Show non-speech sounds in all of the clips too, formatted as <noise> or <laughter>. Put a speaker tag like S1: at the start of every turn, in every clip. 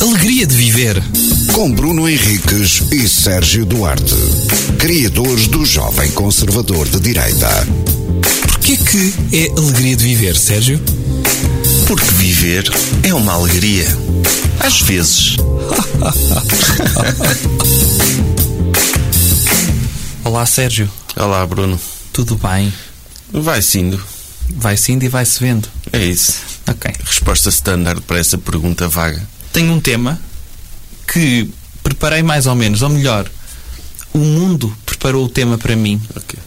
S1: alegria de viver.
S2: Com Bruno Henriques e Sérgio Duarte, criadores do Jovem Conservador de Direita.
S1: Porquê que é alegria de viver, Sérgio?
S3: Porque viver é uma alegria. Às vezes.
S1: Olá, Sérgio.
S3: Olá, Bruno.
S1: Tudo bem?
S3: Vai sendo.
S1: Vai se indo e vai-se vendo.
S3: É isso.
S1: Ok.
S3: Resposta standard para essa pergunta vaga.
S1: Tenho um tema que preparei mais ou menos, ou melhor, o mundo preparou o tema para mim.
S3: Ok.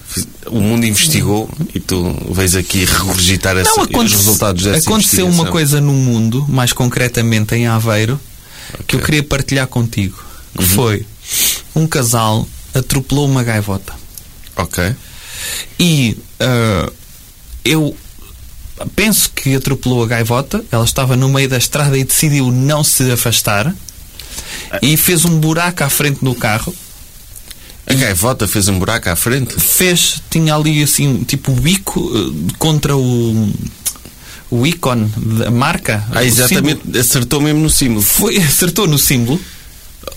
S3: O mundo investigou e tu vens aqui regurgitar essa, os
S1: aconte-
S3: resultados dessa
S1: aconteceu
S3: investigação.
S1: uma coisa no mundo, mais concretamente em Aveiro, que eu
S3: Ok. Uhum.
S1: queria partilhar contigo. Que foi um casal atropelou uma gaivota.
S3: Ok.
S1: E ah, eu penso que atropelou a gaivota. Ela estava no meio da estrada e decidiu não se afastar. E fez um buraco à frente do carro.
S3: A gaivota fez um buraco à frente.
S1: Fez, tinha ali assim, tipo o bico ah, contra o, o ícone da marca.
S3: Ah,
S1: o
S3: exatamente.
S1: símbolo.
S3: Acertou mesmo no símbolo.
S1: Foi, acertou no símbolo.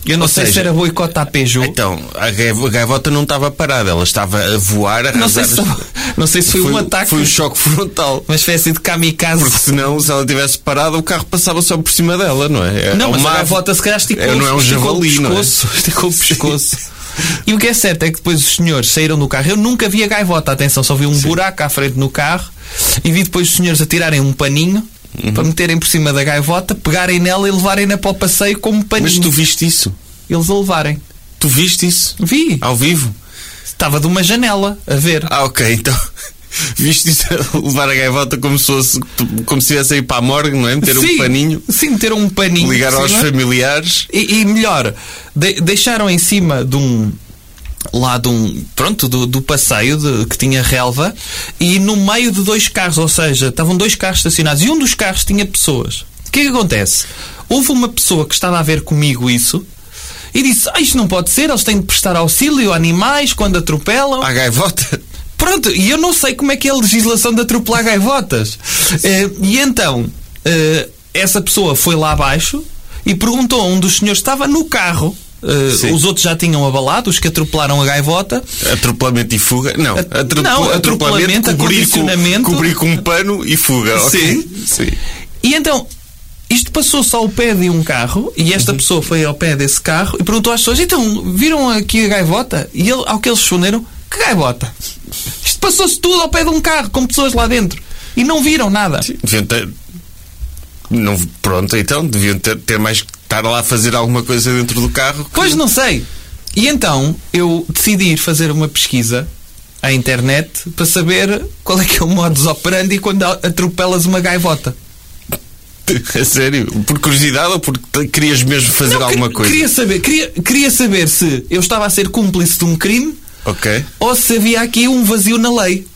S1: Eu não
S3: Ou
S1: sei se
S3: seja,
S1: era boicote à Peugeot.
S3: Então, a gaiv- a gaivota não estava parada, ela estava a voar, a
S1: não,
S3: arrasar
S1: sei se,
S3: as-
S1: não sei se foi, um ataque,
S3: Foi um choque frontal.
S1: uma espécie de kamikaze.
S3: Porque senão, se ela tivesse parada, o carro passava só por cima dela, não é? É
S1: Não, mas
S3: uma
S1: a
S3: ave-
S1: gaivota se calhar esticou,
S3: É, não é um
S1: esticou
S3: javali,
S1: o
S3: não é?
S1: pescoço. <laughs> Esticou o pescoço. E o que é certo é que depois os senhores saíram do carro. Eu nunca vi a gaivota, atenção, só vi um buraco à frente no carro e vi depois os senhores atirarem um paninho
S3: Uhum.
S1: para meterem por cima da gaivota, pegarem nela e levarem-na para o passeio como paninho.
S3: Mas tu viste isso?
S1: Eles a levarem.
S3: Tu viste isso?
S1: Vi.
S3: Ao vivo?
S1: Estava de uma janela a ver.
S3: Ah, ok, então. <laughs> Viste isso a levar a gaivota como se fosse. como se estivesse a ir para a morgue, não é? Meter
S1: sim,
S3: um paninho,
S1: Sim, meteram um paninho.
S3: ligar
S1: por
S3: aos
S1: cima.
S3: familiares.
S1: E, e melhor, de- deixaram em cima de um. Lá de um. Pronto, do, do passeio de- que tinha relva e no meio de dois carros, ou seja, estavam dois carros estacionados e um dos carros tinha pessoas. O que é que acontece? Houve uma pessoa que estava a ver comigo isso e disse: Ah, isto não pode ser, eles têm de prestar auxílio a animais quando atropelam.
S3: À gaivota.
S1: Pronto, e eu não sei como é que é a legislação de atropelar gaivotas. Eh, e então, eh, essa pessoa foi lá abaixo e perguntou a um dos senhores que estava no carro. Eh,
S3: Sim.
S1: os outros já tinham abalado, os que atropelaram a gaivota.
S3: Atropelamento e fuga? Não.
S1: At- não, atropelamento,
S3: cobrir com-
S1: acondicionamento.
S3: Cobrir com um pano e fuga. ok?
S1: Sim.
S3: Sim.
S1: E então, isto passou-se ao pé de um carro, e esta pessoa foi ao pé desse carro e perguntou às pessoas: então, viram aqui a gaivota? E ele, ao que eles responderam: que gaivota? Isto passou-se tudo ao pé de um carro, com pessoas lá dentro. E não viram nada.
S3: Deviam ter. Não, pronto, então, deviam ter, ter mais que estar lá a fazer alguma coisa dentro do carro. que-
S1: Pois não sei. E então eu decidi ir fazer uma pesquisa à internet para saber qual é que é o modus operandi quando atropelas uma gaivota.
S3: <laughs> A sério? Por curiosidade ou porque te- querias mesmo fazer
S1: Não,
S3: alguma
S1: que-
S3: coisa?
S1: Queria saber, queria, queria saber se eu estava a ser cúmplice de um crime
S3: Ok.
S1: ou se havia aqui um vazio na lei.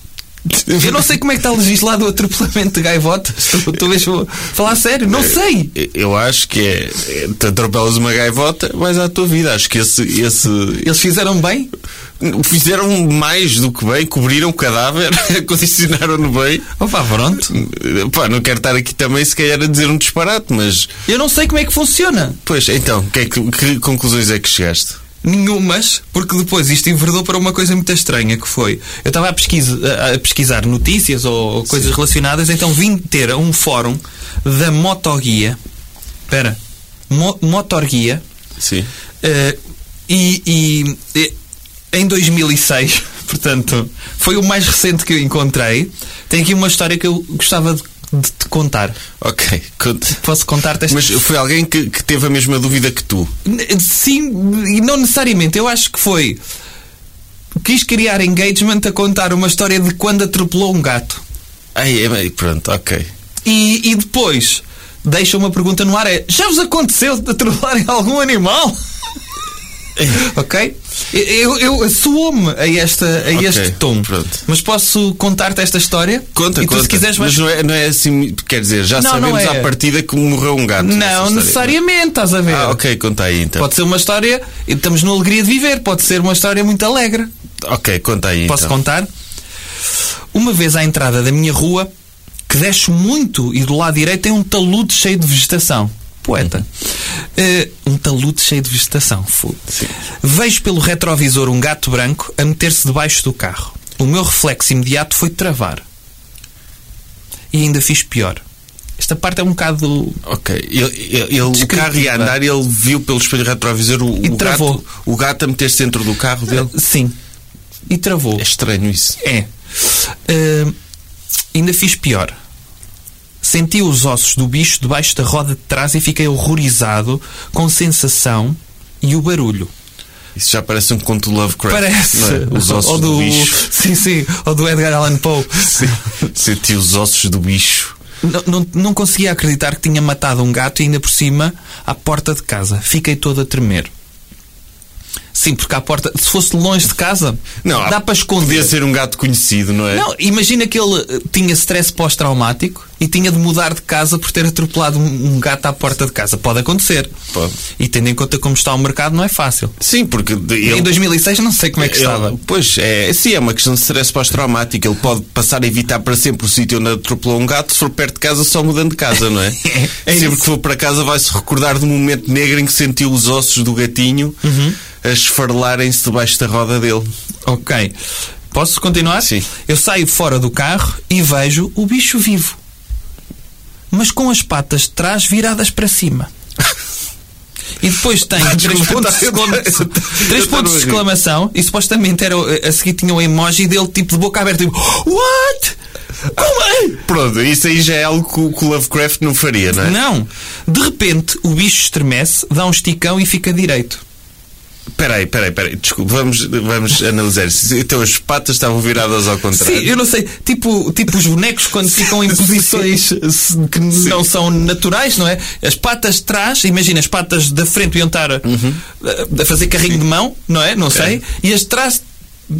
S1: Eu não sei como é que está legislado o atropelamento de gaivotas. <laughs> Talvez vou falar a sério.
S3: É.
S1: Não sei.
S3: Eu acho que é. é, Te atropelas uma gaivota, vais à tua vida. Acho que esse. esse
S1: Eles fizeram bem?
S3: fizeram mais do que bem, cobriram o cadáver, <laughs> acondicionaram-no bem.
S1: Opa, pronto.
S3: Pá, não quero estar aqui também, se calhar, a dizer um disparate, mas.
S1: Eu não sei como é que funciona.
S3: Pois, então, que, é que, que conclusões é que chegaste?
S1: Nenhumas, porque depois isto enverdou para uma coisa muito estranha que foi. Eu estava a, pesquisa- a- a pesquisar notícias ou ou coisas relacionadas, então vim ter a um fórum da Motoguia. Espera, Mo, Motorguia.
S3: Sim.
S1: eh, e, e- e em 2006, <laughs> portanto, foi o mais recente que eu encontrei. Tem aqui uma história que eu gostava de, de te contar.
S3: Ok. conta.
S1: Posso contar-te esta
S3: Mas foi alguém que, que teve a mesma dúvida que tu.
S1: N- Sim, e não necessariamente. Eu acho que foi. Quis criar engagement a contar uma história de quando atropelou um gato.
S3: Ai, é bem, pronto, ok.
S1: E, e depois deixa uma pergunta no ar: é já vos aconteceu de atropelarem algum animal?
S3: É.
S1: ok? Eu, eu assumo a, esta, a
S3: Ok,
S1: este tom.
S3: pronto.
S1: Mas posso contar-te esta história?
S3: Conta,
S1: e tu,
S3: conta.
S1: se quiseres, vais
S3: Mas não é, não é assim, quer dizer, já
S1: Não, não
S3: sabemos
S1: é.
S3: à partida que morreu um gato. nessa
S1: Não,
S3: história.
S1: necessariamente, estás a ver.
S3: Ah, ok, conta aí então.
S1: Pode ser uma história. Estamos na alegria de viver, pode ser uma história muito alegre.
S3: Ok, conta aí
S1: Posso
S3: então.
S1: contar? Uma vez à entrada da minha rua, que desce muito e do lado direito tem um talude cheio de vegetação. poeta. Eh, um talude cheio de vegetação. Fogo.
S3: Sim.
S1: Vejo pelo retrovisor um gato branco a meter-se debaixo do carro. O meu reflexo imediato foi travar. E ainda fiz pior. Esta parte é um bocado.
S3: Ok. Ele, ele- ele- o
S1: Descritiva.
S3: carro ia andar e ele viu pelo espelho retrovisor o,
S1: E
S3: o
S1: travou.
S3: gato, o gato a meter-se dentro do carro dele.
S1: Eh, Sim. E travou.
S3: É estranho isso.
S1: É. Ah, ainda fiz pior. Senti os ossos do bicho debaixo da roda de trás e fiquei horrorizado com a sensação e o barulho.
S3: Isso já parece um conto de Lovecraft.
S1: Parece.
S3: não é? Os ossos
S1: ou
S3: do... bicho.
S1: Sim, sim. Ou do Edgar Allan Poe.
S3: Senti os ossos do bicho.
S1: Não, não, não conseguia acreditar que tinha matado um gato e ainda por cima à porta de casa. Fiquei todo a tremer. Sim, porque à porta. Se fosse longe de casa,
S3: Não,
S1: dá para esconder.
S3: Podia ser um gato conhecido, não é?
S1: Não, imagina que ele eh, tinha stress pós-traumático e tinha de mudar de casa por ter atropelado um, um gato à porta de casa. Pode acontecer.
S3: Pode.
S1: E tendo em conta como está o mercado, não é fácil.
S3: Sim, porque de- ele...
S1: Em 2006 não sei como é que estava.
S3: Ele, pois, é, sim, é uma questão de stress pós-traumático. Ele pode passar a evitar para sempre o sítio onde atropelou um gato, se for perto de casa, só mudando de
S1: <laughs>
S3: casa, não é? sempre que for para casa, vai-se recordar do momento negro em que sentiu os ossos do gatinho
S1: Uhum.
S3: a esfarlarem-se debaixo da roda dele.
S1: Ok. Posso continuar?
S3: Sim.
S1: Eu saio fora do carro e vejo o bicho vivo. Mas com as patas de trás viradas para
S3: <laughs>
S1: cima. E depois tem três
S3: desculpa,
S1: pontos
S3: tá-
S1: de exclamação.
S3: eu tô-
S1: Três
S3: <laughs> eu
S1: pontos
S3: tô
S1: de
S3: no rio.
S1: exclamação. E supostamente era, o- a seguir tinha um emoji dele tipo de boca aberta. Tipo, What? Como é?
S3: Pronto, isso aí já é algo que o- que o Lovecraft não faria, não é?
S1: Não. De repente o bicho estremece, dá um esticão e fica direito.
S3: Peraí, peraí, peraí, desculpa, vamos, vamos analisar isso. Então as patas estavam viradas ao
S1: Sim,
S3: contrário.
S1: eu não sei, tipo, tipo os bonecos quando ficam
S3: <laughs>
S1: em posições se- que não são naturais, não é? As patas de trás, imagina, as patas da frente iam estar
S3: Uhum.
S1: eh, a, a fazer carrinho de mão, não é? Não sei. E as de trás,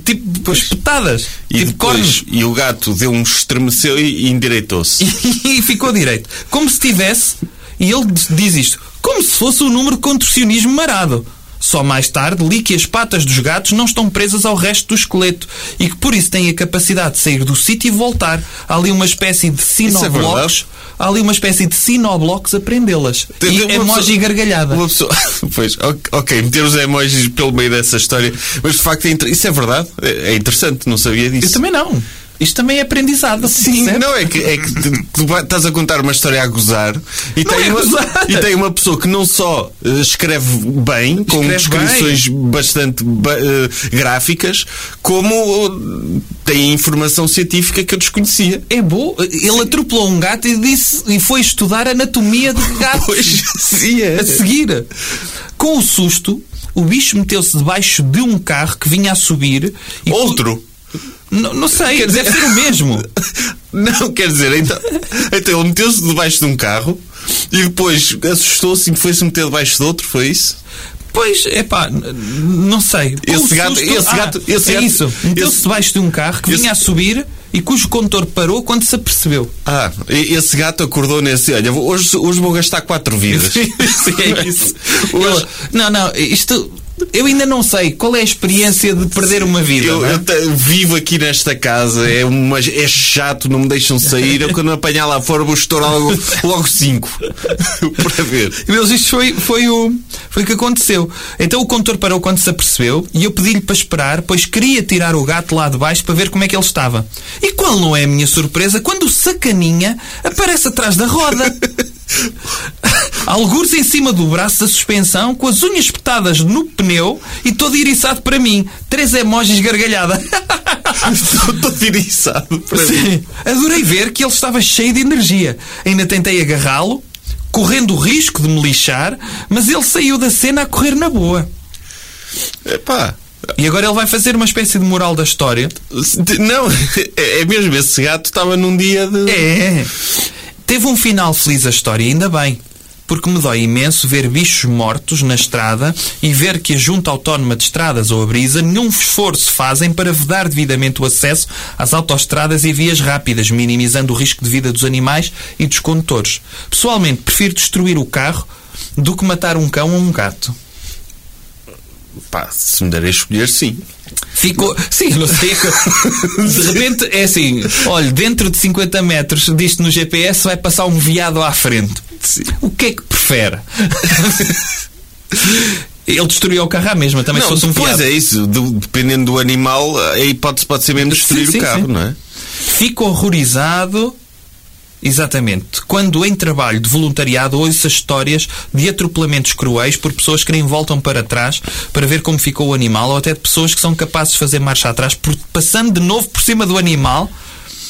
S1: tipo, espetadas,
S3: E,
S1: tipo cornos.
S3: depois, e o gato deu um estremeceu e e endireitou-se.
S1: <laughs> E, ficou direito. Como se tivesse, e ele diz isto, como se fosse o número de contorcionismo marado. Só mais tarde li que as patas dos gatos não estão presas ao resto do esqueleto e que por isso têm a capacidade de sair do sítio e voltar. Há ali uma espécie de sinoblocos.
S3: é verdade?
S1: há ali uma espécie de sinoblocos a prendê-las.
S3: Tem-
S1: E
S3: tem uma
S1: emoji
S3: pessoa-
S1: gargalhada.
S3: Uma pessoa. <laughs> Pois, ok, ok, meter os emojis pelo meio dessa história. Mas de facto, é inter- isso é verdade. É é interessante, não sabia disso.
S1: Eu também não. Isto também é aprendizado.
S3: Sim,
S1: percebe?
S3: não é que, é que tu- tu vai- estás a contar uma história a gozar e,
S1: Não
S3: tem,
S1: é
S3: uma,
S1: gozar.
S3: e tem uma pessoa que não só eh, escreve bem, com
S1: Escreve
S3: descrições bastante ba- eh, gráficas, como eh, tem informação científica que eu desconhecia.
S1: É bom. Ele atropelou um gato e, disse, e foi estudar anatomia de
S3: <laughs>
S1: gatos.
S3: Pois, sim, é.
S1: A seguir, com o susto, o bicho meteu-se debaixo de um carro que vinha a subir. e-
S3: Outro.
S1: N- Não sei,
S3: Quer dizer-
S1: deve ser o
S3: <laughs>
S1: mesmo.
S3: Não, <laughs> quer dizer, então, então ele meteu-se debaixo de um carro e depois assustou-se e foi-se meter debaixo de outro, foi isso?
S1: Pois, é pá, não sei. Com
S3: Esse
S1: o
S3: gato-
S1: susto-
S3: esse
S1: Ah,
S3: gato- esse
S1: é
S3: gato-
S1: isso. Meteu-se
S3: esse-
S1: debaixo de um carro que vinha
S3: esse-
S1: a subir e cujo condutor parou quando se apercebeu.
S3: Ah, e- esse gato acordou nesse. Olha, vou- hoje, hoje vou gastar quatro vidas.
S1: é isso.
S3: Hoje-
S1: Ele- Não, não, isto. Eu ainda não sei qual é a experiência de perder uma vida.
S3: <laughs> Eu,
S1: não é?
S3: eu te- vivo aqui nesta casa, é, uma, é chato, não me deixam sair. Eu quando me apanhar lá fora vou estourar logo, logo cinco <laughs> para ver.
S1: E meus isto foi, foi, o, foi o que aconteceu. Então o condutor parou quando se apercebeu e eu pedi-lhe para esperar, pois queria tirar o gato lá de baixo para ver como é que ele estava. E qual não é a minha surpresa quando o sacaninha aparece atrás da roda? Algures em cima do braço da suspensão, com as unhas espetadas no pneu e todo iriçado para mim. Três emojis gargalhada.
S3: Estou todo iriçado para ver.
S1: Sim. Adorei ver que ele estava cheio de energia. Ainda tentei agarrá-lo, correndo o risco de me lixar, mas ele saiu da cena a correr na boa.
S3: Epá.
S1: E agora ele vai fazer uma espécie de moral da história.
S3: Não, <laughs> é é mesmo, esse gato estava num dia de.
S1: É. Teve um final feliz a história, ainda bem. Porque me dói imenso ver bichos mortos na estrada e ver que a Junta Autónoma de Estradas ou a Brisa nenhum esforço fazem para vedar devidamente o acesso às autoestradas e vias rápidas, minimizando o risco de vida dos animais e dos condutores. Pessoalmente, prefiro destruir o carro do que matar um cão ou um gato.
S3: Pá, se me der a escolher, sim.
S1: Ficou. Sim, não sei.
S3: <laughs>
S1: que- De repente é assim: olha, dentro de 50 metros, diz-te no GPS, vai passar um veado à frente. O que é que prefere? <laughs> Ele destruiu o carro à mesma, também se
S3: não,
S1: fosse um
S3: pois
S1: fiado.
S3: é isso. Do- dependendo do animal, a hipótese pode ser mesmo destruir
S1: Sim, sim,
S3: o carro,
S1: sim.
S3: não é?
S1: Fico horrorizado. Exatamente. Quando em trabalho de voluntariado ouço as histórias de atropelamentos cruéis por pessoas que nem voltam para trás para ver como ficou o animal ou até de pessoas que são capazes de fazer marcha atrás por- passando de novo por cima do animal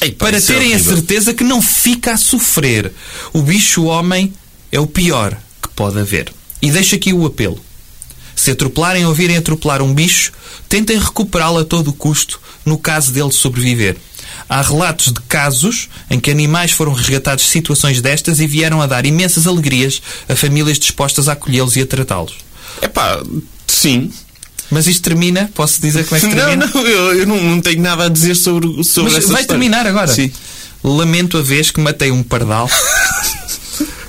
S3: Ei, pá,
S1: para
S3: isso é
S1: terem a
S3: horrível.
S1: certeza que não fica a sofrer. O bicho homem é o pior que pode haver. E deixo aqui o apelo. Se atropelarem ou virem atropelar um bicho, tentem recuperá-lo a todo custo no caso dele sobreviver. Há relatos de casos em que animais foram resgatados de situações destas e vieram a dar imensas alegrias a famílias dispostas a acolhê-los e a tratá-los.
S3: É pá, sim.
S1: Mas isto termina? Posso dizer como é que termina?
S3: Não, não, eu, eu não, não tenho nada a dizer sobre, sobre
S1: Mas
S3: essa
S1: vai
S3: história.
S1: terminar agora.
S3: Sim.
S1: Lamento a vez que matei um
S3: <laughs>
S1: pardal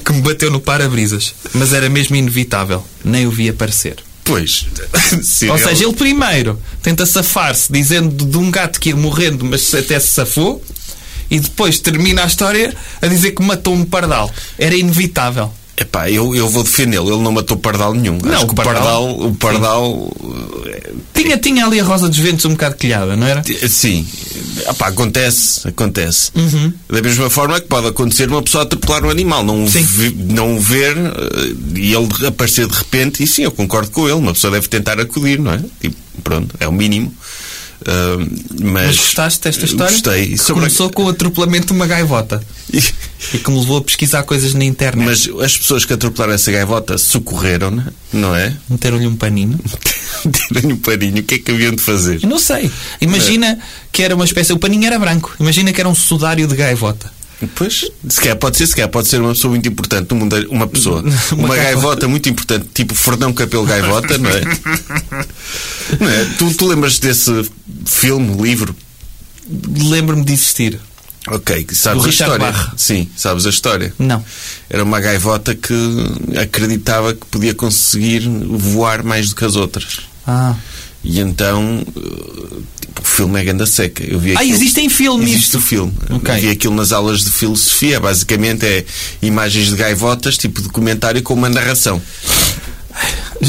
S1: que me bateu no para-brisas. Mas era mesmo inevitável. Nem o vi aparecer.
S3: Pois. <laughs> Sim,
S1: Ou
S3: ele-
S1: seja, ele primeiro tenta safar-se dizendo de um gato que ia morrendo, mas até se safou. E depois termina a história a dizer que matou um pardal. Era inevitável.
S3: Epá, eu, eu vou defendê-lo. Ele não matou pardal nenhum.
S1: Não,
S3: Acho que o
S1: pardal-
S3: pardal... O pardal...
S1: Tinha, tinha ali a Rosa dos Ventos um bocado quilhada, não era?
S3: eh, Sim. Epá, acontece. Acontece.
S1: Uhum.
S3: Da mesma forma que pode acontecer uma pessoa atropelar um animal. Não, o
S1: Sim.
S3: vi- não o ver eh, e ele aparecer de repente. E sim, eu concordo com ele. Uma pessoa deve tentar acudir, não é? Tipo, pronto. É o mínimo. Ah, mas,
S1: Mas gostaste desta história?
S3: Gostei.
S1: Que
S3: Sobre a- <laughs>
S1: começou com o atropelamento de uma gaivota. E que me levou a pesquisar coisas na internet.
S3: Mas as pessoas que atropelaram essa gaivota socorreram, não é? <laughs>
S1: Meteram-lhe um paninho.
S3: Deram-lhe o paninho. O que é que haviam de fazer?
S1: Eu não sei. Imagina
S3: É.
S1: que era uma espécie. O paninho era branco. Imagina que era um sudário de gaivota.
S3: Pois, se calhar pode ser, se calhar pode ser uma pessoa muito importante no mundo. Uma pessoa. uma
S1: gaivota.
S3: gaivota muito importante, tipo Fernão Capelo Gaivota, não é? não é? Tu, tu lembras desse filme, livro?
S1: Lembro-me de existir.
S3: Ok, que sabes
S1: Do
S3: a
S1: Richard
S3: história.
S1: Barre.
S3: Sim, sabes a história.
S1: Não.
S3: Era uma gaivota que acreditava que podia conseguir voar mais do que as outras.
S1: Ah,
S3: E então eh, tipo, o filme é ganda seca. Eu vi
S1: ah
S3: aquilo-
S1: existe em filme
S3: Existe
S1: isto.
S3: o filme.
S1: Ok.
S3: Eu vi aquilo nas aulas de filosofia. Basicamente é imagens de gaivotas, tipo documentário com uma narração.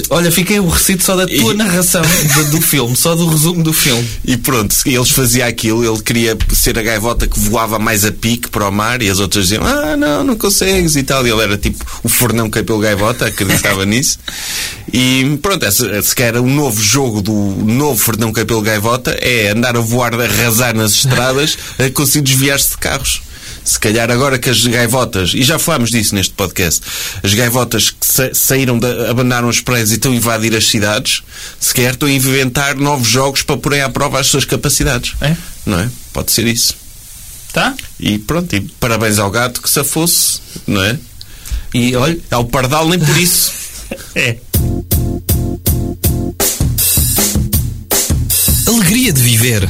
S1: Olha, fiquei aborrecido só da tua
S3: E-
S1: narração do, do filme, só do resumo do filme.
S3: E pronto, eles faziam aquilo, ele queria ser a gaivota que voava mais a pique para o mar e as outras diziam, ah não, não consegues e tal. E ele era tipo o fornão cabelo gaivota, acreditava <laughs> nisso. E pronto, essa- se calhar o novo jogo do novo fornão cabelo gaivota é andar a voar, a arrasar nas estradas, a conseguir desviar-se de carros. Se calhar agora que as gaivotas, e já falámos disso neste podcast, as gaivotas que sa- saíram, da, abandonaram os prédios e estão a invadir as cidades, se calhar estão a inventar novos jogos para porem à prova as suas capacidades.
S1: É?
S3: Não é? Pode ser isso.
S1: Tá?
S3: E pronto, e parabéns ao gato que se fosse, não é?
S1: E olha.
S3: Ao pardal nem por isso.
S1: É.
S4: Alegria de viver.